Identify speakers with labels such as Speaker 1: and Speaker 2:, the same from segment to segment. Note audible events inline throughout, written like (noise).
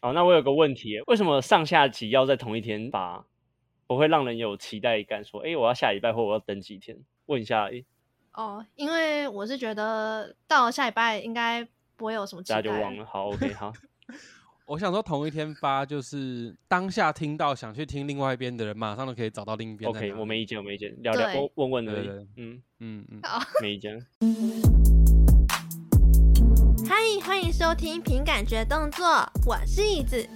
Speaker 1: 好，那我有个问题，为什么上下集要在同一天发？不会让人有期待感，说，哎，我要下礼拜或我要等几天？问一下而已，
Speaker 2: 哦，因为我是觉得到下礼拜应该不会有什么期
Speaker 1: 大家
Speaker 2: 待，
Speaker 1: 就忘了。好，OK，好，
Speaker 3: (laughs) 我想说同一天发，就是当下听到想去听另外一边的人，马上都可以找到另一边在哪里。
Speaker 1: OK，我没意见，我没意见，聊聊
Speaker 2: 对
Speaker 1: 问问问而
Speaker 3: 对
Speaker 1: 已
Speaker 3: 对对。
Speaker 1: 嗯，
Speaker 3: 嗯嗯，
Speaker 1: 没意见。
Speaker 2: 嗨，欢迎收听《凭感觉动作》，我是椅子。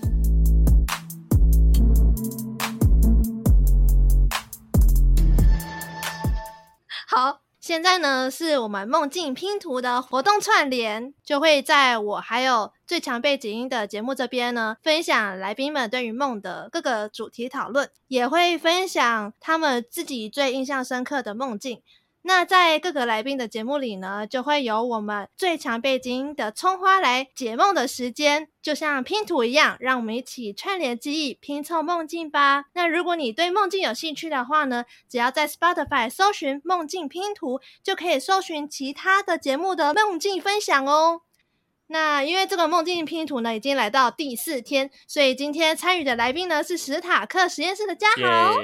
Speaker 2: 好，现在呢是我们梦境拼图的活动串联，就会在我还有最强背景音的节目这边呢，分享来宾们对于梦的各个主题讨论，也会分享他们自己最印象深刻的梦境。那在各个来宾的节目里呢，就会有我们最强背景的葱花来解梦的时间，就像拼图一样，让我们一起串联记忆，拼凑梦境吧。那如果你对梦境有兴趣的话呢，只要在 Spotify 搜寻“梦境拼图”，就可以搜寻其他的节目的梦境分享哦。那因为这个梦境拼图呢，已经来到第四天，所以今天参与的来宾呢是史塔克实验室的嘉
Speaker 1: 耶、
Speaker 2: 豪。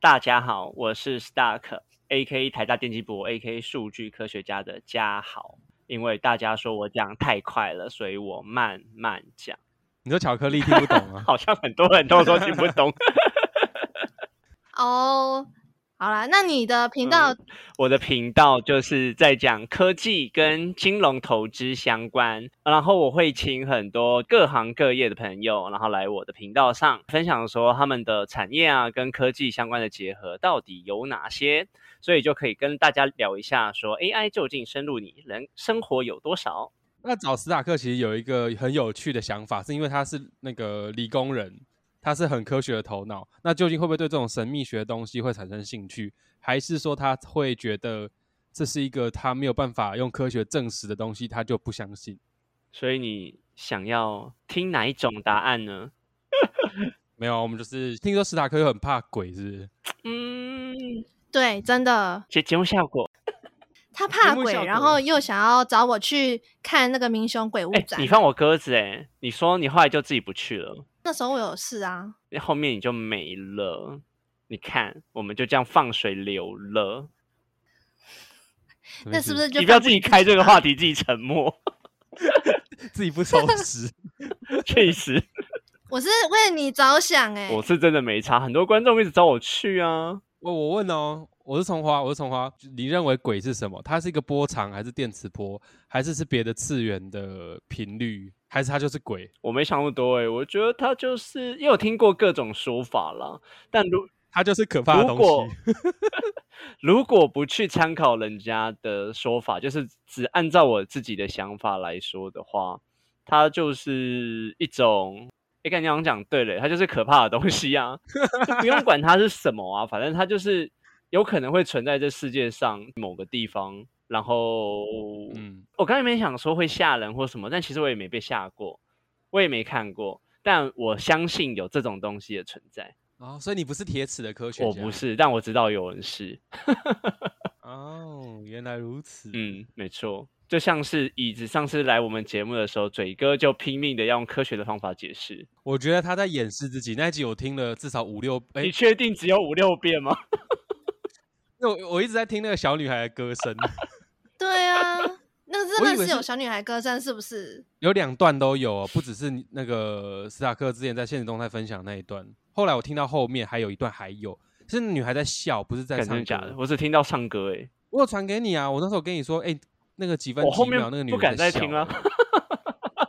Speaker 1: 大家好，我是 Stark，A.K. 台大电机部 A.K. 数据科学家的嘉豪。因为大家说我讲太快了，所以我慢慢讲。
Speaker 3: 你说巧克力听不懂啊？
Speaker 1: 好像很多人都说听不懂
Speaker 2: 哦，好啦，那你的频道
Speaker 1: 嗯我的频道，就是在讲科技跟金融投资相关。然后我会请很多各行各业的朋友，然后来我的频道上分享说他们的产业啊跟科技相关的结合到底有哪些，所以就可以跟大家聊一下说 AI 究竟深入你人生活有多少。
Speaker 3: (laughs) 那找史塔克其实有一个很有趣的想法，是因为他是那个理工人，他是很科学的头脑。那究竟会不会对这种神秘学的东西会产生兴趣，还是说他会觉得这是一个他没有办法用科学证实的东西，他就不相信？
Speaker 1: 所以你想要听哪一种答案呢？
Speaker 3: 没有，我们就是听说史塔克又很怕鬼，是不是？
Speaker 1: 嗯，
Speaker 2: 对，真的，
Speaker 1: 节节目效果，
Speaker 2: 他怕
Speaker 3: 节目
Speaker 2: 鬼，
Speaker 3: 效果
Speaker 2: 然后又想要找我去看那个《民雄鬼屋
Speaker 1: 哎、
Speaker 2: 展》
Speaker 1: 你放我鸽子哎、你说你后来就自己不去了。
Speaker 2: 那时候我有事啊，
Speaker 1: 那后面你就没了。你看，我们就这样放水流了。
Speaker 3: 什么
Speaker 2: 那
Speaker 3: 意
Speaker 2: 是
Speaker 3: 思
Speaker 2: 不是就
Speaker 1: 你不要自己开这个话题，自己沉默。
Speaker 3: 自己不收拾？
Speaker 1: 确实，
Speaker 2: 我是为你着想哎、
Speaker 1: 我是真的没差。很多观众一直找我去啊。
Speaker 3: 我我问哦，我是从花，我是从花，你认为鬼是什么？它是一个波长，还是电磁波，还是是别的次元的频率，还是它就是鬼？
Speaker 1: 我没想那么多诶、欸我觉得他就是也有听过各种说法啦。但如
Speaker 3: 它就是可怕的
Speaker 1: 如
Speaker 3: 东
Speaker 1: 果
Speaker 3: 西。 (laughs)
Speaker 1: 如果不去参考人家的说法，就是只按照我自己的想法来说的话，它就是一种，哎，感觉好像讲对了，它就是可怕的东西啊，就不用管它是什么啊，反正它就是有可能会存在这世界上某个地方。然后，
Speaker 3: 嗯，
Speaker 1: 我刚才没想说会吓人或什么，但其实我也没被吓过，我也没看过，但我相信有这种东西的存在。
Speaker 3: 哦，所以你不是铁齿的科学家，
Speaker 1: 我不。是，但我知道有人是。
Speaker 3: 哦，原来如此。
Speaker 1: 嗯，没错，就像是椅子上次来我们节目的时候，嘴哥就拼命的要用科学的方法解释。
Speaker 3: 我觉得他在掩饰自己。那一集我听了至少五六，哎
Speaker 1: 你，确定只有五六遍吗？
Speaker 3: 那我我一直在听那个小女孩的歌声，
Speaker 2: 对啊，那个
Speaker 3: 我以
Speaker 2: 真的
Speaker 3: 为
Speaker 2: 是有
Speaker 3: 是
Speaker 2: 小女孩歌声是不是？
Speaker 3: 有两段都有哦，不只是你那个斯塔克之前在现实动态分享那一段，后来我听到后面还有一段还有，是女孩在笑，不是在
Speaker 1: 真
Speaker 3: 唱
Speaker 1: 的
Speaker 3: 歌。
Speaker 1: 假的？我只听到唱歌诶、
Speaker 3: 我有传给你啊，我那时候跟你说，哎、那个几分
Speaker 1: 我后
Speaker 3: 几
Speaker 1: 面
Speaker 3: 秒，那个女
Speaker 1: 不
Speaker 3: 人
Speaker 1: 敢
Speaker 3: 在
Speaker 1: 再听
Speaker 3: 笑
Speaker 1: (laughs)
Speaker 3: (laughs)
Speaker 1: 了。
Speaker 3: 欸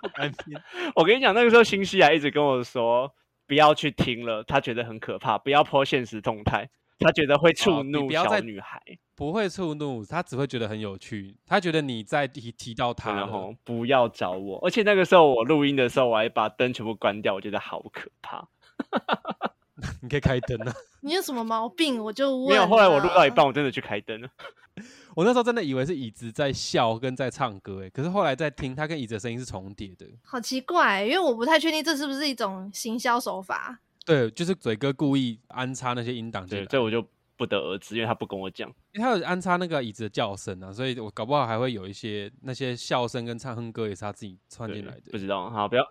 Speaker 3: 不敢听。
Speaker 1: 我跟你讲，那个时候新西还一直跟我说不要去听了，他觉得很可怕，不要泼现实动态，他觉得会触
Speaker 3: 哦你
Speaker 1: 怒
Speaker 3: 不要
Speaker 1: 小
Speaker 3: 再
Speaker 1: 女孩，
Speaker 3: 不会触怒，他只会觉得很有趣。他觉得你在提提到他
Speaker 1: 然
Speaker 3: 了，
Speaker 1: 后不要找我。而且那个时候我录音的时候，我还把灯全部关掉，我觉得好可怕。
Speaker 3: (laughs) 你可以开灯啊。
Speaker 2: 你有什么毛病？我就问。啊
Speaker 1: 没有，后来我录到一，半，我真的去开灯了。
Speaker 3: (laughs) 我那时候真的以为是椅子在笑跟在唱歌，哎，可是后来在听，他跟椅子的声音是重叠的。
Speaker 2: 好奇怪、因为我不太确定这是不是一种行销手法。
Speaker 3: 对，就是嘴哥故意安插那些音档进
Speaker 1: 对，
Speaker 3: 来，
Speaker 1: 这我就不得而知，因为他不跟我讲。
Speaker 3: 因为他有安插那个椅子的叫声啊，所以我搞不好还会有一些那些笑声跟唱哼歌也是他自己串
Speaker 1: 对
Speaker 3: 进来的
Speaker 1: 不。知道。好，不要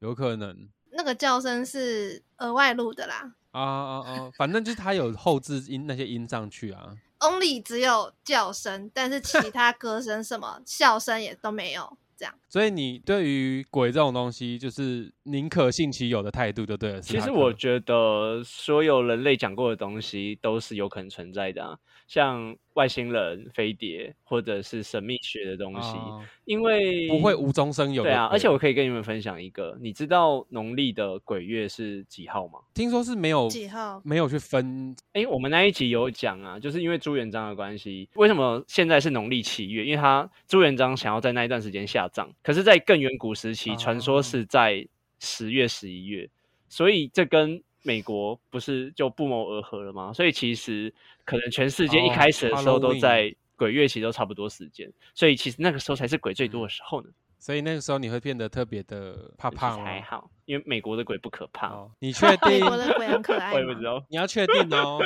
Speaker 3: 有可能
Speaker 2: 那个叫声是额外录的啦
Speaker 3: 啊啊啊！反正就是它有后置音那些音上去啊。
Speaker 2: ，only 只有叫声，但是其他歌声什么笑声也都没有。这样
Speaker 3: 所以你对于鬼这种东西，就是宁可信其有的态度就对了。是
Speaker 1: 其
Speaker 3: 哈
Speaker 1: 实
Speaker 3: 克
Speaker 1: 我觉得所有人类讲过的东西都是有可能存在的、啊，像外星人、飞碟或者是神秘学的东西，
Speaker 3: 啊
Speaker 1: 因为
Speaker 3: 不会无中生有就
Speaker 1: 对啊，而且
Speaker 3: 了
Speaker 1: 我可以跟你们分享一个，你知道农历的鬼月是几号吗？
Speaker 3: 听说是没
Speaker 1: 哦
Speaker 3: 有
Speaker 2: 几号？
Speaker 3: 没有去分
Speaker 1: 诶，我们那一集有讲啊，就是因为朱元璋的关系，为什么现在是农历七月？因为他朱元璋想要在那一段时间下葬，可是，在更远古时期，传说
Speaker 3: 哦
Speaker 1: 是在十月、十一月，所以这跟美国不是就不谋而合了吗？所以其实可能全世界一
Speaker 3: 哦
Speaker 1: 开始的时候都
Speaker 3: Halloween
Speaker 1: 在鬼月，其实都差不多时间，所以其实那个时候才是鬼最多的时候呢，
Speaker 3: 所以那个时候你会变得特别的怕
Speaker 1: 其
Speaker 3: 嗯怕
Speaker 1: 实还
Speaker 3: 吗？
Speaker 1: 好，因为美国的鬼不可怕，
Speaker 3: 哦，你确
Speaker 2: 美
Speaker 3: 定？
Speaker 2: 国的鬼很可爱
Speaker 1: 我也不知
Speaker 2: 吗？
Speaker 1: 道，
Speaker 3: 你要确定哦，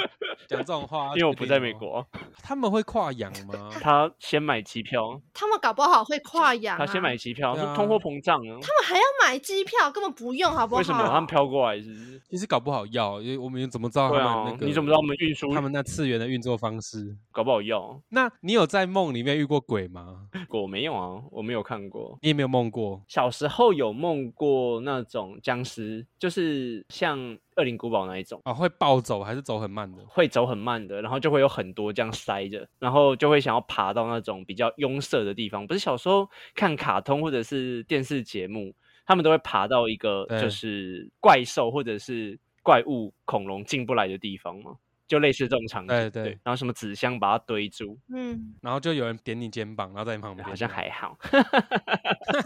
Speaker 3: 讲这种话，
Speaker 1: 因为我不在美
Speaker 3: 确定哦。
Speaker 1: 国，
Speaker 3: 他们会跨洋吗？
Speaker 1: 他先买机票。
Speaker 2: 他们搞不好会跨洋、啊。
Speaker 1: 他先买机票，
Speaker 3: 对
Speaker 1: 是
Speaker 3: 啊
Speaker 1: 通货膨胀啊。
Speaker 2: 他们还要买机票，根本不用，好不好？
Speaker 1: 为什么他们飘过来是不是？
Speaker 3: 其实搞不好要，因为我们怎么知哦道他
Speaker 1: 对
Speaker 3: 们
Speaker 1: 啊
Speaker 3: 那，个？
Speaker 1: 你怎么知道我们运输
Speaker 3: 他们那次元的运作方式？
Speaker 1: 搞不好要？
Speaker 3: 那你有在梦里面遇过鬼吗？
Speaker 1: 我没有啊，我没有看过。
Speaker 3: 你也没有梦过
Speaker 1: 小时候有梦过那种僵尸，就是像《恶灵古堡》那一种，
Speaker 3: 啊？会暴走还是走很慢的？
Speaker 1: 会走很慢的，然后就会有很多这样塞着，然后就会想要爬到那种比较拥塞的地方。不是小时候看卡通或者是电视节目，他们都会爬到一个
Speaker 3: 对
Speaker 1: 就是怪兽或者是怪物恐龙进不来的地方嘛，就类似这种场景。
Speaker 3: 对对
Speaker 1: 然后什么纸箱把它堆住，
Speaker 2: 嗯，
Speaker 3: 然后就有人点你肩膀，然后在你旁边，
Speaker 1: 好像还好。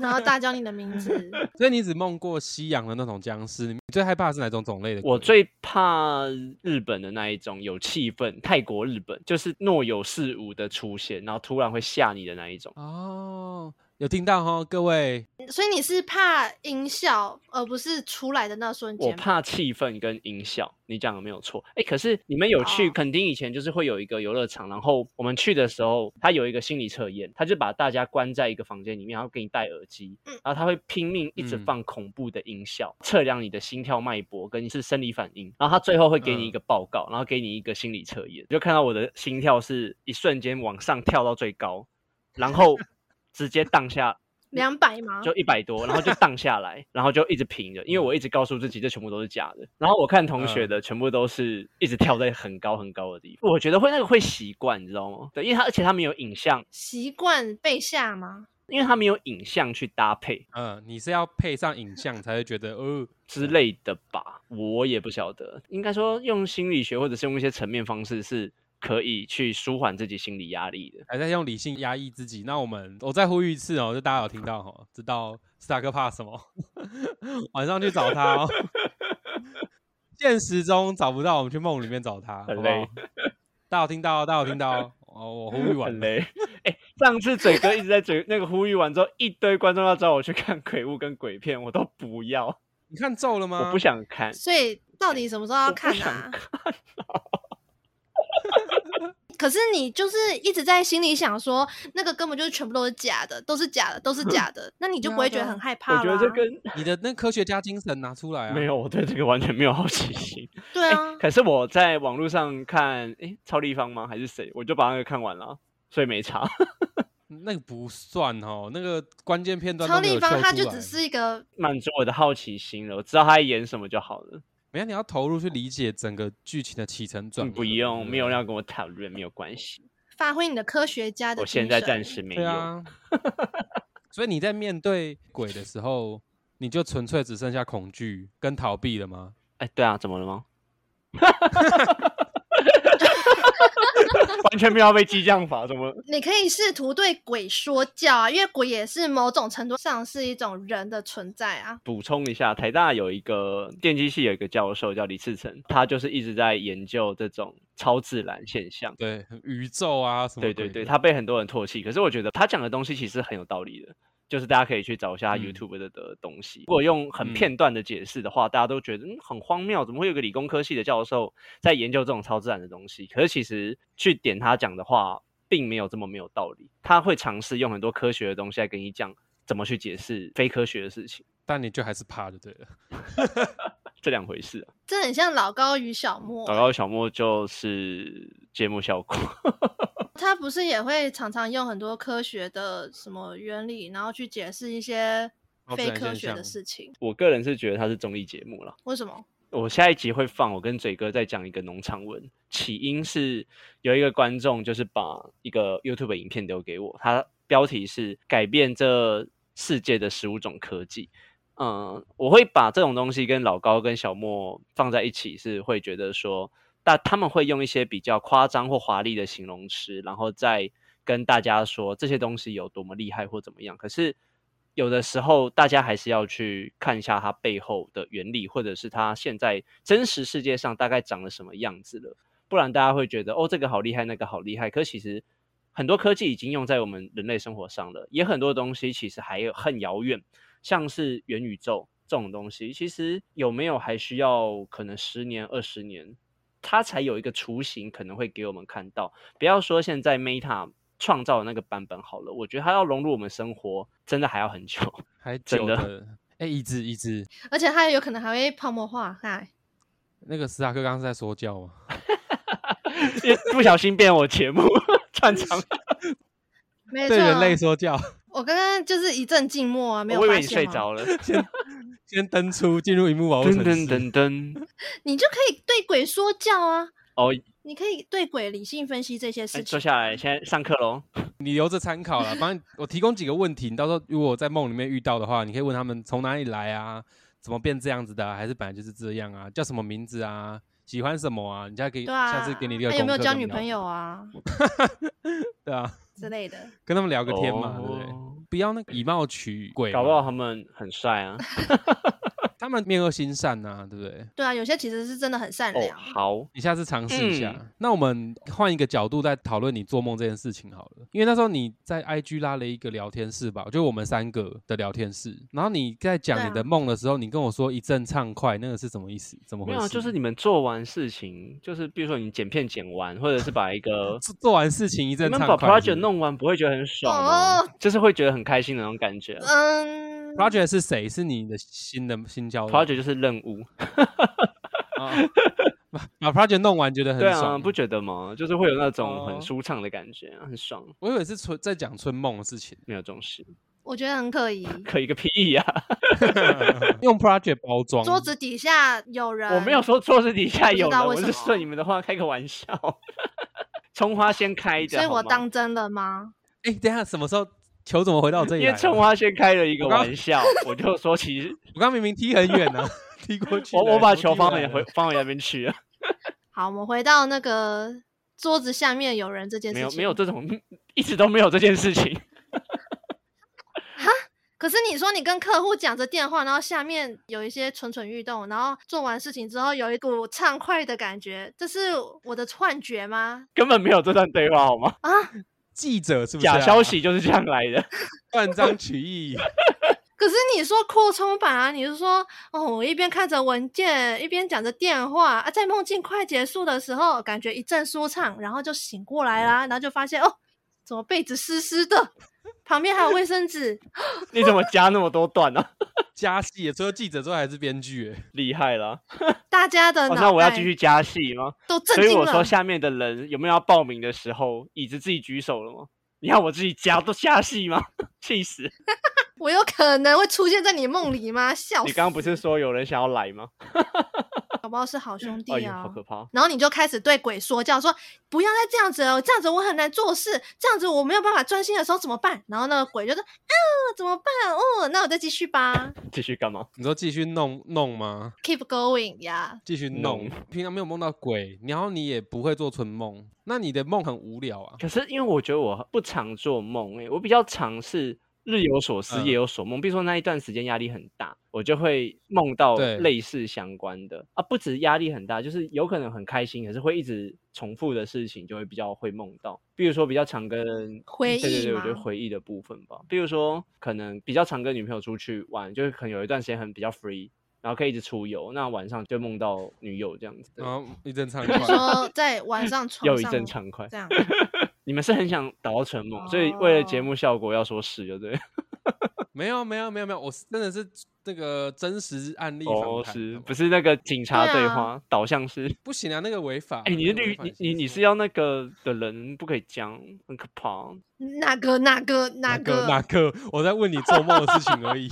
Speaker 2: 然后大叫你的名
Speaker 1: (laughs)
Speaker 2: 字，
Speaker 3: 所以你只梦过西洋的那种僵尸，你最害怕的是哪种种类的鬼？
Speaker 1: 我最怕日本的那一种有气氛，泰国、日本就是若有似无的出现，然后突然会吓你的那一种。
Speaker 3: 哦，有听到哈，各位
Speaker 2: 所以你是怕音效，而不是出来的那瞬
Speaker 1: 我
Speaker 2: 间吗。
Speaker 1: 怕气氛跟音效，你讲的没有错。哎，可是你们有去
Speaker 2: 哦
Speaker 1: 垦丁以前，就是会有一个游乐场，然后我们去的时候，他有一个心理测验，他就把大家关在一个房间里面，然后给你戴耳机，
Speaker 2: 嗯
Speaker 1: 然后他会拼命一直
Speaker 3: 嗯
Speaker 1: 放恐怖的音效，测量你的心跳脉搏跟你是生理反应，然后他最后会给你一
Speaker 3: 嗯
Speaker 1: 个报告，然后给你一个心理测验，就看到我的心跳是一瞬间往上跳到最高，然后直接荡下
Speaker 2: 两百
Speaker 3: 啊
Speaker 2: 吗？
Speaker 1: 就一百多，然后就荡下来，然后就一直平着，因为我一直告诉自己这全部都是假的。然后我看同
Speaker 3: 嗯
Speaker 1: 学的全部都是一直跳在很高很高的地方，我觉得会那个会习惯，你知道吗？对，因为他而且他没有影像，
Speaker 2: 习惯被吓吗？
Speaker 1: 因为他没有影像去搭配
Speaker 3: 嗯，你是要配上影像才会觉得哦，
Speaker 1: 之类的吧，我也不晓得。应该说用心理学或者是用一些层面方式是可以去舒缓自己心理压力的。
Speaker 3: 还在用理性压抑自己。那我们我再呼吁一次哦，就大家有听到哦，知道斯塔克怕什么， (laughs) 晚上去找他哦。现实中找不到，我们去梦里面找他，好
Speaker 1: 很
Speaker 3: 不
Speaker 1: 累
Speaker 3: 好？大家有听到哦，大家有听到哦，哦我呼吁完
Speaker 1: 很
Speaker 3: 了。
Speaker 1: 累。哎、上次嘴哥一直在嘴那个呼吁完之后，一堆观众要找我去看鬼屋跟鬼片，我都不要，
Speaker 3: 你看咒了吗？
Speaker 1: 我不想看。
Speaker 2: 所以到底什么时候
Speaker 1: 我
Speaker 2: 要
Speaker 1: 不
Speaker 2: 看
Speaker 1: 想
Speaker 2: 啊？ (laughs) 可是你就是一直在心里想说，那个根本就是全部都是假的，都是假的，都是
Speaker 1: (laughs)
Speaker 2: 假的，那你就不会觉得很害怕
Speaker 1: 啊我
Speaker 2: 啦。
Speaker 1: 觉得这跟 (laughs)
Speaker 3: 你的那科学家精神拿出来啊！
Speaker 1: 没有，我对这个完全没有好奇心。
Speaker 2: 对啊，
Speaker 1: 可是我在网络上看，诶、超立方吗？还是谁？我就把那个看完了，啊所以没查。
Speaker 3: 那个不算哦，那个关键片段
Speaker 2: 超
Speaker 3: 都没
Speaker 2: 立
Speaker 3: 有
Speaker 2: 方
Speaker 3: 秀
Speaker 2: 他
Speaker 3: 出
Speaker 2: 就
Speaker 3: 来
Speaker 2: 只是一个
Speaker 1: (laughs) 满足我的好奇心了，我知道他在演什么就好了。
Speaker 3: 没有，你要投入去理解整个剧情的起承转
Speaker 1: 嗯
Speaker 3: 合。
Speaker 1: 不用，
Speaker 3: 对啊
Speaker 1: 没有人要跟我讨论，没有关系。
Speaker 2: 发挥你的科学家的
Speaker 1: 我
Speaker 2: 精神。
Speaker 1: 现在暂时没
Speaker 3: 对
Speaker 1: 有。
Speaker 3: 啊。 (laughs) 所以你在面对鬼的时候，你就纯粹只剩下恐惧跟逃避了吗？
Speaker 1: 哎、对啊，怎么了
Speaker 3: (laughs)
Speaker 1: 吗？完全没有要被激将法，怎么？
Speaker 2: 你可以试图对鬼说教啊，因为鬼也是某种程度上是一种人的存在啊。
Speaker 1: 补充一下，台大有一个电机系有一个教授叫李世成，他就是一直在研究这种超自然现象。
Speaker 3: 对，宇宙啊什么
Speaker 1: 对
Speaker 3: 鬼的？
Speaker 1: 对对，他被很多人唾弃，可是我觉得他讲的东西其实很有道理的，就是大家可以去找一下
Speaker 3: 嗯
Speaker 1: YouTube 的的东西。如果用很
Speaker 3: 嗯
Speaker 1: 片段的解释的话，大家都觉得、嗯、很荒谬，怎么会有个理工科系的教授在研究这种超自然的东西？可是其实去点他讲的话，并没有这么没有道理。他会尝试用很多科学的东西来跟你讲怎么去解释非科学的事情。
Speaker 3: 但你就还是怕就对了。
Speaker 1: 这两回事、啊。
Speaker 2: 这很像老高与小莫，
Speaker 1: 老高小莫就是节目效果， (laughs)
Speaker 2: 他不是也会常常用很多科学的什么原理，然后去解释一些
Speaker 3: 超自
Speaker 2: 非
Speaker 3: 然
Speaker 2: 科
Speaker 3: 现
Speaker 2: 学的
Speaker 3: 象
Speaker 2: 事情？
Speaker 1: 我个人是觉得它是综艺节目啦。
Speaker 2: 为什么？
Speaker 1: 我下一集会放我跟嘴哥在讲一个农场文，起因是有一个观众就是把一个 YouTube 影片留给我，它标题是“改变这世界的十五种科技”。嗯，我会把这种东西跟老高跟小莫放在一起，是会觉得说，但他们会用一些比较夸张或华丽的形容词，然后再跟大家说这些东西有多么厉害或怎么样。可是有的时候，大家还是要去看一下它背后的原理，或者是它现在真实世界上大概长得什么样子了。不然大家会觉得哦，这个好厉害，那个好厉害。可其实很多科技已经用在我们人类生活上了，也很多东西其实还有很遥远，像是元宇宙这种东西，其实有没有还需要可能十年、二十年，它才有一个雏形，可能会给我们看到。不要说现在 Meta 创造的那个版本好了，我觉得它要融入我们生活，真的还要
Speaker 2: (laughs)
Speaker 1: 很久。
Speaker 3: 还
Speaker 1: 真
Speaker 3: 久
Speaker 1: 的
Speaker 3: 的，哎、一只一只，
Speaker 2: 而且他有可能还会泡沫化，哎，
Speaker 3: 那个斯塔克刚刚是在说教吗？
Speaker 1: 因为不小心变我节
Speaker 2: (laughs)
Speaker 1: 目串场，
Speaker 2: 没错
Speaker 3: 对。人类说教， (laughs)
Speaker 2: 我刚刚就是一阵静默啊，没有
Speaker 1: 我以
Speaker 2: 发
Speaker 1: 为你
Speaker 2: 现
Speaker 1: 睡
Speaker 2: 吗
Speaker 1: 着了。
Speaker 2: (laughs)
Speaker 3: 先登出进入荧幕保护
Speaker 1: 噔
Speaker 3: 城
Speaker 1: (laughs) 噔
Speaker 3: 市。
Speaker 1: 噔噔，
Speaker 2: 你就可以对鬼说教啊，
Speaker 1: 哦，
Speaker 2: 你可以对鬼理性分析这些
Speaker 1: 哎
Speaker 2: 事情
Speaker 1: 坐。下来，现在上课喽。
Speaker 3: 你留着参考了，帮你 (laughs) 我提供几个问题，你到时候如果我在梦里面遇到的话，你可以问他们从哪里来啊，怎么变这样子的啊、还是本来就是这样啊，叫什么名字啊，喜欢什么啊，人家可以、
Speaker 2: 对啊，
Speaker 3: 下次给你一个
Speaker 2: 他有没有
Speaker 3: 功课
Speaker 2: 交
Speaker 3: 跟
Speaker 2: 女
Speaker 3: 他们
Speaker 2: 朋
Speaker 3: 聊？
Speaker 2: 友啊
Speaker 1: 嗯
Speaker 3: 对啊，
Speaker 2: 之类的？
Speaker 3: 跟他们聊个天嘛，对不对？
Speaker 1: 哦
Speaker 3: 不要那个以貌取贵嘛，
Speaker 1: 搞不好他们很帅啊。
Speaker 3: 他们面恶心善呐、对不对？
Speaker 2: 对啊，有些其实是真的很善
Speaker 1: 哦，
Speaker 2: 良。
Speaker 1: 好，
Speaker 3: 你下次尝试一下。
Speaker 1: 嗯
Speaker 3: 那我们换一个角度再讨论你做梦这件事情好了，因为那时候你在 IG 拉了一个聊天室吧，就我们三个的聊天室。然后你在
Speaker 2: 对
Speaker 3: 讲
Speaker 2: 啊
Speaker 3: 你的梦的时候，你跟我说一阵畅快，那个是什么意思？怎么
Speaker 1: 没
Speaker 3: 回
Speaker 1: 有啊，
Speaker 3: 事？
Speaker 1: 就是你们做完事情，就是比如说你剪片剪完，或者是把一
Speaker 3: (laughs)
Speaker 1: 个
Speaker 3: 做做完事情一
Speaker 1: 你
Speaker 3: 阵
Speaker 1: 们
Speaker 3: 畅
Speaker 1: 把
Speaker 3: 快是
Speaker 1: project
Speaker 3: 不是。
Speaker 1: 弄完，不会觉得很爽
Speaker 2: 哦
Speaker 1: 吗？就是会觉得很开心的那种感觉啊。
Speaker 2: 嗯，
Speaker 3: project 是谁？是你的新的新交的
Speaker 1: project 就是任务，
Speaker 3: 啊把把 project 弄完觉得很
Speaker 1: 对啊，
Speaker 3: 爽。
Speaker 1: 不觉得吗？就是会有那种
Speaker 3: 哦
Speaker 1: 很舒畅的感觉啊，很爽。
Speaker 3: 我以为是春在讲春梦的事情， (laughs)
Speaker 1: 没有这种事，
Speaker 2: 我觉得很可疑。
Speaker 1: 可一个屁呀！
Speaker 3: 用 project 包装。
Speaker 2: 桌子底下有人，
Speaker 1: 我没有说桌子底下
Speaker 2: 啊不知
Speaker 1: 有
Speaker 2: 道
Speaker 1: 人，我
Speaker 2: 为什
Speaker 1: 是
Speaker 2: 么
Speaker 1: 顺你们的话开个玩笑。 (laughs) 葱花先开的，
Speaker 2: 所以
Speaker 1: 好
Speaker 2: 我
Speaker 1: 吗
Speaker 2: 当真了吗？
Speaker 3: 哎、等一下什么时候球怎么回到我这里
Speaker 1: 因
Speaker 3: 来
Speaker 1: 为
Speaker 3: 了？
Speaker 1: 葱花先开了一个
Speaker 3: 我刚
Speaker 1: 玩笑，我就说其
Speaker 3: (laughs)
Speaker 1: 实
Speaker 3: 我刚明明踢很远呢、啊， (laughs) 踢过去了。
Speaker 1: 我我把
Speaker 3: 怎
Speaker 1: 球
Speaker 3: 么踢
Speaker 1: 放
Speaker 3: 回
Speaker 1: 回
Speaker 3: 来
Speaker 1: 回
Speaker 3: 了
Speaker 1: 放回那边去了，
Speaker 2: 好，我们回到那个桌子下面有人这件事
Speaker 1: 没
Speaker 2: 情。
Speaker 1: 有没有。这种， (laughs) 一直都没有这件事情。
Speaker 2: 可是你说你跟客户讲着电话，然后下面有一些蠢蠢欲动，然后做完事情之后有一股畅快的感觉，这是我的幻觉吗？
Speaker 1: 根本没有这段对话，好吗？
Speaker 2: 啊，
Speaker 3: 记者是不是、啊
Speaker 1: 假消，息就是这样来的。 (laughs)
Speaker 3: 断章取义。
Speaker 2: 可是你说扩充版啊，你是说哦，我一边看着文件，一边讲着电话啊，在梦境快结束的时候，感觉一阵舒畅，然后就醒过来
Speaker 1: 嗯
Speaker 2: 啦，然后就发现哦，怎么被子湿湿的，旁边还有卫生纸，
Speaker 1: 你怎么加那么多段呢、
Speaker 3: 加戏耶，除了记者之外还是编剧欸耶。
Speaker 1: (laughs) 厉害了！
Speaker 2: 大家的
Speaker 1: 哦，
Speaker 2: 脑
Speaker 1: 那我要
Speaker 2: 袋
Speaker 1: 继续加戏吗？
Speaker 2: 都震
Speaker 1: 所以
Speaker 2: 惊
Speaker 1: 我说
Speaker 2: 了。
Speaker 1: 下面的人有没有要报名的时候，椅子自己举手了吗？你要我自己加都加戏吗？ (laughs) 气死！
Speaker 2: 我有可能会出现在你梦里吗？笑死！
Speaker 1: 你刚刚不是说有人想要来吗？
Speaker 2: 宝宝是好兄
Speaker 1: 哎
Speaker 2: 弟
Speaker 1: 呦，
Speaker 2: 啊
Speaker 1: 好。可怕！
Speaker 2: 然后你就开始对鬼说教，说不要再这样子了，这样子我很难做事，这样子我没有办法专心的时候怎么办？然后那个鬼就说，啊，怎么办？哦，那我再继续吧
Speaker 1: 继续干嘛？
Speaker 3: 你说继续弄弄吗？
Speaker 2: ，keep going 呀、
Speaker 3: 继续弄。平常没有梦到鬼，然后你也不会做春梦，那你的梦很无聊啊。
Speaker 1: 可是因为我觉得我不常做梦，欸诶，我比较常是日有所思，
Speaker 3: 嗯
Speaker 1: 夜有所梦。比如说那一段时间压力很大，我就会梦到
Speaker 3: 对
Speaker 1: 类似相关的啊，不止压力很大，就是有可能很开心，可是会一直重复的事情就会比较会梦到。比如说比较常跟
Speaker 2: 回
Speaker 1: 对对
Speaker 2: 忆
Speaker 1: 对，我觉得
Speaker 2: 吗
Speaker 1: 回忆的部分吧。比如说可能比较常跟女朋友出去玩，就是可能有一段时间很比较 free。然后可以一直出游，那晚上就梦到女友这样子，
Speaker 3: 然后一阵畅
Speaker 2: 你
Speaker 3: (laughs) 快，
Speaker 2: 说在晚上床
Speaker 1: 又一
Speaker 2: 上
Speaker 1: 阵畅快。
Speaker 2: 这样，
Speaker 1: 你们是很想打到纯梦，所以为了节
Speaker 2: 哦
Speaker 1: 目效果要说是，就对了。
Speaker 3: 没有没有没有没有，我是真的是那个真实案例
Speaker 1: 哦
Speaker 3: 访，谈
Speaker 1: 是
Speaker 3: 好不
Speaker 1: 不
Speaker 3: 好
Speaker 1: 是那个警察
Speaker 2: 对
Speaker 1: 对
Speaker 2: 啊
Speaker 1: 话、导向是？
Speaker 3: 不行啊，那个违法。
Speaker 1: 哎、你是
Speaker 3: 那个违
Speaker 1: 律
Speaker 3: 反
Speaker 1: 你
Speaker 3: 刑
Speaker 1: 你你
Speaker 3: 法
Speaker 1: 是要那个的人不可以讲，很可怕，
Speaker 2: 哪个哪个
Speaker 3: 哪
Speaker 2: 个？
Speaker 3: 哪个？我在问你做梦的事情而
Speaker 1: (laughs)
Speaker 3: 已，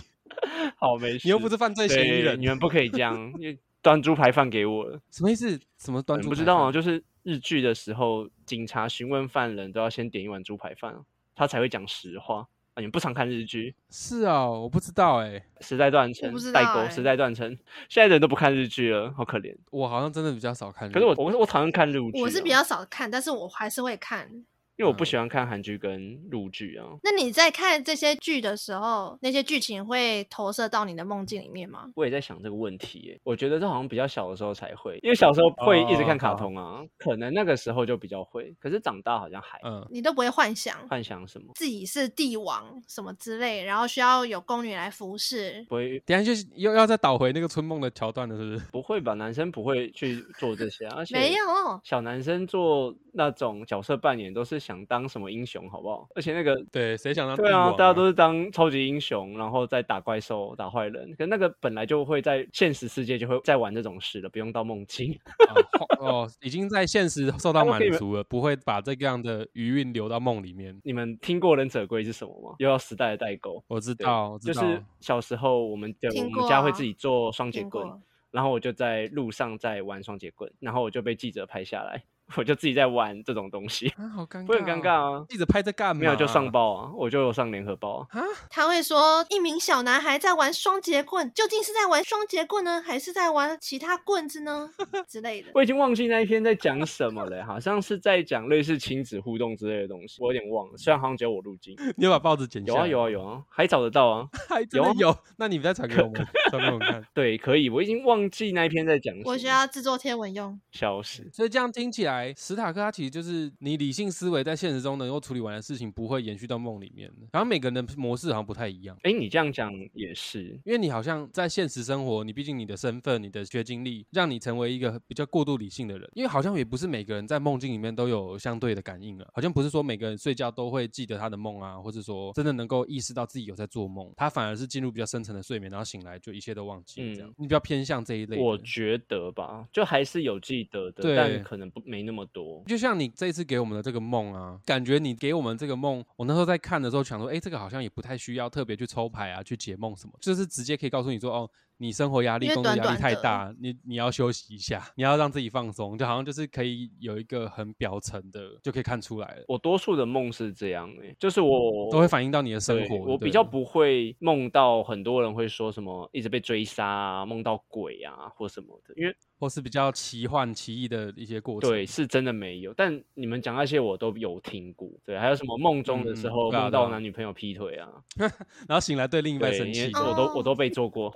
Speaker 1: 好没事。
Speaker 3: 你又不是犯罪嫌疑
Speaker 1: 对，
Speaker 3: 人
Speaker 1: 你，们不可以这样，因为端猪排饭给我了。
Speaker 3: 什么意思？什么端
Speaker 1: 你
Speaker 3: 出
Speaker 1: 不知道啊，就是日剧的时候，警察询问犯人都要先点一碗猪排饭啊，他才会讲实话啊。你们不常看日剧，
Speaker 3: 是啊，我不知道哎、
Speaker 1: 时代断层
Speaker 2: 不知，道
Speaker 1: 代沟，
Speaker 2: 欸
Speaker 1: 时代断层。现在人都不看日剧了，好可怜。
Speaker 3: 我好像真的比较少看日剧。
Speaker 1: 可是我我我讨厌看日剧啊，
Speaker 2: 我是比较少看，但是我还是会看。
Speaker 1: 因为我不
Speaker 3: 嗯
Speaker 1: 喜欢看韩剧跟陆剧啊，
Speaker 2: 那你在看这些剧的时候，那些剧情会投射到你的梦境里面吗？
Speaker 1: 我也在想这个问题耶。我觉得这好像比较小的时候才会，因为小时候
Speaker 3: 哦
Speaker 1: 会一直看卡通啊，可能那个时候就比较会。可是长大好像还
Speaker 3: 嗯，
Speaker 2: 你都不会幻想
Speaker 1: 幻想什么，
Speaker 2: 自己是帝王什么之类，然后需要有宫女来服侍。
Speaker 1: 不会
Speaker 3: 等一下就是又要再倒回那个春梦的桥段了，是不是？ (laughs)
Speaker 1: 不会吧？男生不会去做这些啊，而且
Speaker 2: 没有，
Speaker 1: 小男生做那种角色扮演都是想当什么英雄，好不好？而且那个
Speaker 3: 对，谁想到、
Speaker 1: 对啊，大家
Speaker 3: 欸
Speaker 1: 都是当超级英雄，然后再打怪兽、打坏人。可那个本来就会在现实世界就会在玩这种事了，不用到梦境。
Speaker 3: 啊晃哦，已经在现实受到满足了，不会把这样的余韵留到梦里面。
Speaker 1: 你们听过忍者龟是什么吗？又要时代的代沟。
Speaker 3: 我知
Speaker 1: 对
Speaker 3: 道，我
Speaker 1: 就
Speaker 3: 知道，
Speaker 1: 是小时候我们对
Speaker 2: 听
Speaker 1: 我们
Speaker 2: 过
Speaker 1: 家
Speaker 2: 啊
Speaker 1: 会自己做双节
Speaker 2: 听
Speaker 1: 棍，
Speaker 2: 过
Speaker 1: 然后我就在路上在玩双节棍，然后我就被记者拍下来， (laughs) 我就自己在玩这种东西，
Speaker 3: 啊，好尴尬，
Speaker 1: 会很尴尬，啊。
Speaker 3: 记者拍这干嘛？
Speaker 1: 没有就上报啊，我就有上联合报啊。
Speaker 2: 他会说一名小男孩在玩双节棍，究竟是在玩双节棍呢，还是在玩其他棍子
Speaker 3: (laughs)
Speaker 2: 呢之类的？
Speaker 1: 我已经忘记那一篇在讲什么了，欸好像是在讲类似亲子互动之类的东西，我有点忘了。虽然好像只有我入
Speaker 3: (laughs)
Speaker 1: 境，
Speaker 3: (laughs) 你有把报纸剪下
Speaker 1: 有
Speaker 3: 来
Speaker 1: 啊有啊有啊，还找得到啊。
Speaker 3: (laughs) 还真的
Speaker 1: 有
Speaker 3: 有，那你再传给我
Speaker 1: (laughs)
Speaker 3: 们，传给我们看。
Speaker 1: 对，可以，我已经忘记那一篇在讲什么。
Speaker 2: 我需要制作贴文
Speaker 3: (laughs)
Speaker 2: 用。 (laughs)
Speaker 1: 消失。
Speaker 3: 所以这样听起来，史塔克他其实就是你理性思维在现实中能够处理完的事情，不会延续到梦里面的。然后每个人的模式好像不太一样，
Speaker 1: 哎，你这样讲也是，
Speaker 3: 因为你好像在现实生活，你毕竟你的身份、你的学经历，让你成为一个比较过度理性的人。因为好像也不是每个人在梦境里面都有相对的感应啊，好像不是说每个人睡觉都会记得他的梦啊，或者说真的能够意识到自己有在做梦，他反而是进入比较深层的睡眠，然后醒来就一切都忘记了这样。
Speaker 1: 嗯
Speaker 3: 你比较偏向这一类的，
Speaker 1: 我觉得吧，就还是有记得的，
Speaker 3: 对
Speaker 1: 但可能不没那么多。
Speaker 3: 就像你这次给我们的这个梦啊，感觉你给我们这个梦，我那时候在看的时候想说，哎，这个好像也不太需要特别去抽牌啊，去解梦什么，就是直接可以告诉你说，哦，你生活压力、
Speaker 2: 因为
Speaker 3: 工作
Speaker 2: 短
Speaker 3: 压
Speaker 2: 短
Speaker 3: 力太
Speaker 2: 的
Speaker 3: 大，你你要休息一下，你要让自己放松，就好像就是可以有一个很表层的，就可以看出来了，
Speaker 1: 我多数的梦是这样、欸，就是我
Speaker 3: 都会反映到你的生
Speaker 1: 对
Speaker 3: 活。
Speaker 1: 我
Speaker 3: 对
Speaker 1: 比较不会梦到很多人会说什么一直被追杀啊，梦到鬼啊或什么的，因为
Speaker 3: 或是比较奇幻、奇异的一些过程。
Speaker 1: 对是真的没有。但你们讲那些我都有听过，对，还有什么梦中的时
Speaker 3: 嗯
Speaker 1: 候
Speaker 3: 对啊
Speaker 1: 梦
Speaker 3: 对
Speaker 1: 到
Speaker 3: 啊
Speaker 1: 男女朋友劈腿啊，
Speaker 3: 然后醒来对另一半
Speaker 1: 对，
Speaker 3: 生
Speaker 1: 因为哦
Speaker 3: 气，
Speaker 1: 我都我都被做过，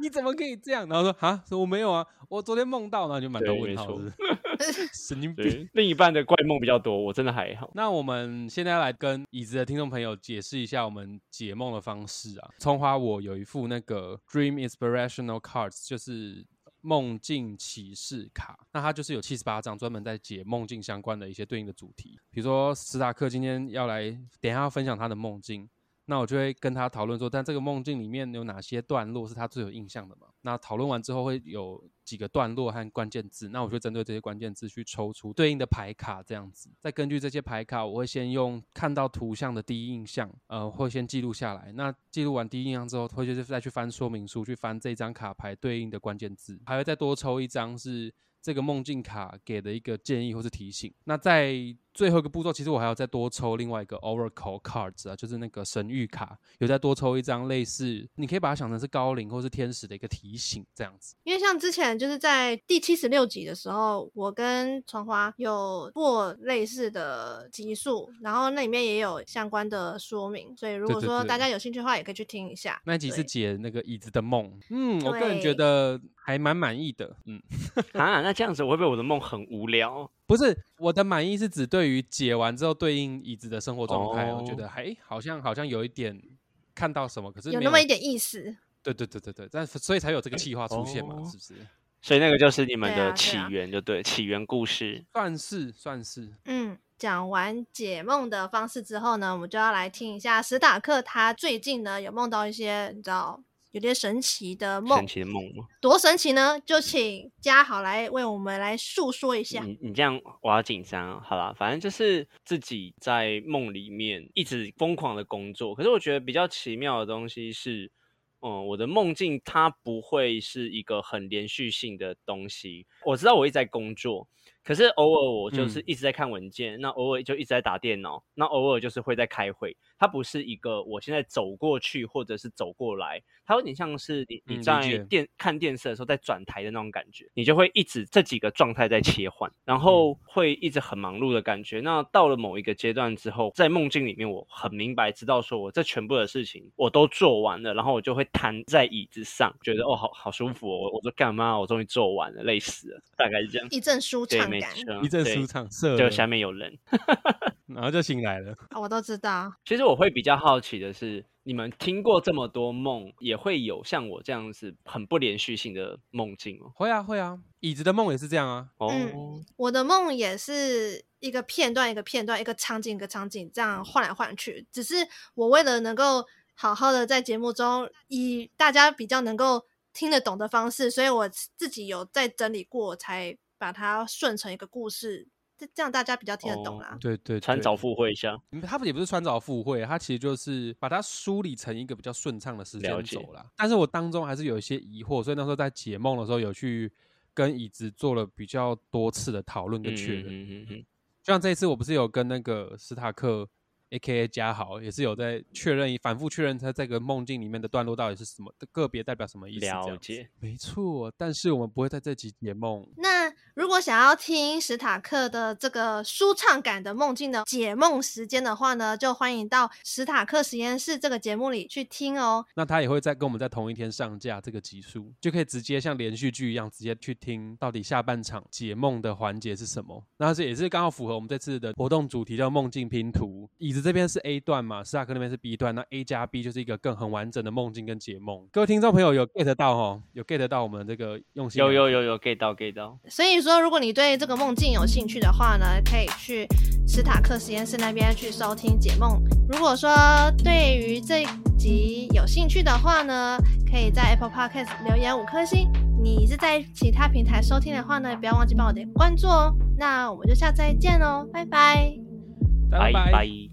Speaker 3: 你怎么可以这样？然后说啊，说我没有啊，我昨天梦到，然后就满头
Speaker 1: 对
Speaker 3: 问
Speaker 1: 没
Speaker 3: 号
Speaker 1: 错，
Speaker 3: 是不是神经病。 (laughs)
Speaker 1: 对，另一半的怪梦比较多，我真的还好。 (laughs)
Speaker 3: 那我们现在来跟椅子的听众朋友解释一下我们解梦的方式啊。葱花我有一副那个 Dream Inspirational Cards，就是梦境启示卡，那它就是有七十八张专门在解梦境相关的一些对应的主题，比如说史塔克今天要来，等一下要分享他的梦境。那我就会跟他讨论说，但这个梦境里面有哪些段落是他最有印象的嘛？那讨论完之后会有几个段落和关键字，那我就针对这些关键字去抽出对应的牌卡，这样子。再根据这些牌卡，我会先用看到图像的第一印象，呃，会先记录下来。那记录完第一印象之后，会就是再去翻说明书，去翻这张卡牌对应的关键字，还会再多抽一张是这个梦境卡给的一个建议或是提醒。那在最后一个步骤，其实我还要再多抽另外一个 Oracle Cards 啊，就是那个神谕卡，有再多抽一张类似，你可以把它想成是高龄或是天使的一个提醒这样子。
Speaker 2: 因为像之前就是在第七十六集的时候，我跟传花有过类似的集数，然后那里面也有相关的说明，所以如
Speaker 3: 对
Speaker 2: 果
Speaker 3: 对
Speaker 2: 说
Speaker 3: 对
Speaker 2: 大家有兴趣的话，也可以去听一下。
Speaker 3: 那一集是
Speaker 2: 对
Speaker 3: 解那个椅子的梦，嗯，我个人
Speaker 2: 对
Speaker 3: 觉得还蛮满意的，嗯，
Speaker 1: 啊，那这样子我会不会我的梦很无聊？
Speaker 3: 不是我的满意是指对于解完之后对应椅子的生活状态，我觉
Speaker 1: 哦
Speaker 3: 得还好像好像有一点看到什么，可是
Speaker 2: 有
Speaker 3: 没
Speaker 2: 那么一点意思，
Speaker 3: 对对对对对，但所以才有这个计划出现嘛，
Speaker 1: 哦
Speaker 3: 是不是？
Speaker 1: 所以那个就是你们
Speaker 2: 对啊
Speaker 1: 的
Speaker 2: 对
Speaker 1: 起
Speaker 2: 啊
Speaker 1: 源，就对，起源故事。
Speaker 3: 算是算是，
Speaker 2: 嗯，讲完解梦的方式之后呢，我们就要来听一下史塔克他最近呢有梦到一些你知道有点神奇的梦
Speaker 1: 神，奇的梦吗？
Speaker 2: 多神奇呢？就请嘉豪来为我们来述说一下。
Speaker 1: 你你这样我好紧张哦。好啦，反正就是自己在梦里面一直疯狂的工作。可是我觉得比较奇妙的东西是，嗯，我的梦境它不会是一个很连续性的东西。我知道我一直在工作，可是偶尔我就是
Speaker 3: 嗯
Speaker 1: 一直在看文件，那偶尔就一直在打电脑，那偶尔就是会在开会。它不是一个我现在走过去或者是走过来，它有点像是你
Speaker 3: 嗯
Speaker 1: 你
Speaker 3: 理
Speaker 1: 在
Speaker 3: 解
Speaker 1: 电、看电视的时候在转台的那种感觉，你就会一直这几个状态在切换，
Speaker 3: 嗯
Speaker 1: 然后会一直很忙碌的感觉。那到了某一个阶段之后，在梦境里面，我很明白知道说我这全部的事情我都做完了，然后我就会瘫在椅子上，觉得哦好好舒服、哦，我我说干嘛？我终于做完了，累死了，大概是这样。
Speaker 2: 一阵舒
Speaker 1: 对，
Speaker 2: 畅
Speaker 1: 没
Speaker 2: 感
Speaker 1: 错，
Speaker 3: 一阵
Speaker 1: 啊对
Speaker 3: 舒呃畅，射
Speaker 1: 就
Speaker 3: 了
Speaker 1: 下面有人。
Speaker 3: 然后就醒来了。
Speaker 2: 啊，我都知道。
Speaker 1: 其实我会比较好奇的是，你们听过这么多梦，也会有像我这样子很不连续性的梦境吗？
Speaker 3: 会啊会啊，椅子的梦也是这样啊。
Speaker 1: 哦，
Speaker 2: 嗯我的梦也是一个片段一个片段，一个场景一个场景这样换来换去。只是我为了能够好好的在节目中以大家比较能够听得懂的方式，所以我自己有在整理过，我才把它顺成一个故事，这这样大家比较听得懂
Speaker 1: 哦
Speaker 2: 啦。
Speaker 3: 对对，
Speaker 1: 穿
Speaker 3: 对
Speaker 1: 凿附会一下，
Speaker 3: 嗯它也不是穿凿附会，它其实就是把它梳理成一个比较顺畅的时
Speaker 1: 了
Speaker 3: 间
Speaker 1: 解
Speaker 3: 走啦。但是我当中还是有一些疑惑，所以那时候在解梦的时候有去跟椅子做了比较多次的讨论跟确认。
Speaker 1: 嗯嗯嗯嗯嗯
Speaker 3: 就像这一次，我不是有跟那个史塔克 （A.K.A. 嘉豪）也是有在确认一、反复确认他这个梦境里面的段落到底是什么，个别代表什么意思。这
Speaker 1: 了
Speaker 3: 样
Speaker 1: 解。
Speaker 3: 没错，但是我们不会在这集解梦。
Speaker 2: 那如果想要听史塔克的这个舒畅感的梦境的解梦时间的话呢，就欢迎到史塔克实验室这个节目里去听哦。
Speaker 3: 那他也会在跟我们在同一天上架这个集数，就可以直接像连续剧一样，直接去听到底下半场解梦的环节是什么。那这也是刚好符合我们这次的活动主题，叫梦境拼图。椅子这边是 A 段嘛，斯塔克那边是 B 段，那 A 加 B 就是一个更很完整的梦境跟解梦。各位听众朋友有 get 到哦，有 get 到我们这个用心
Speaker 1: 有有
Speaker 3: 有，
Speaker 1: 有有 get 到 get 到，
Speaker 2: 所以说，如果你对这个梦境有兴趣的话呢，可以去史塔克实验室那边去收听解梦。如果说对于这集有兴趣的话呢，可以在 Apple Podcast 留言五颗星。你是在其他平台收听的话呢，不要忘记帮我点关注哦。那我们就下次再见哦，拜拜。
Speaker 3: 拜
Speaker 1: 拜
Speaker 3: 拜。
Speaker 1: 拜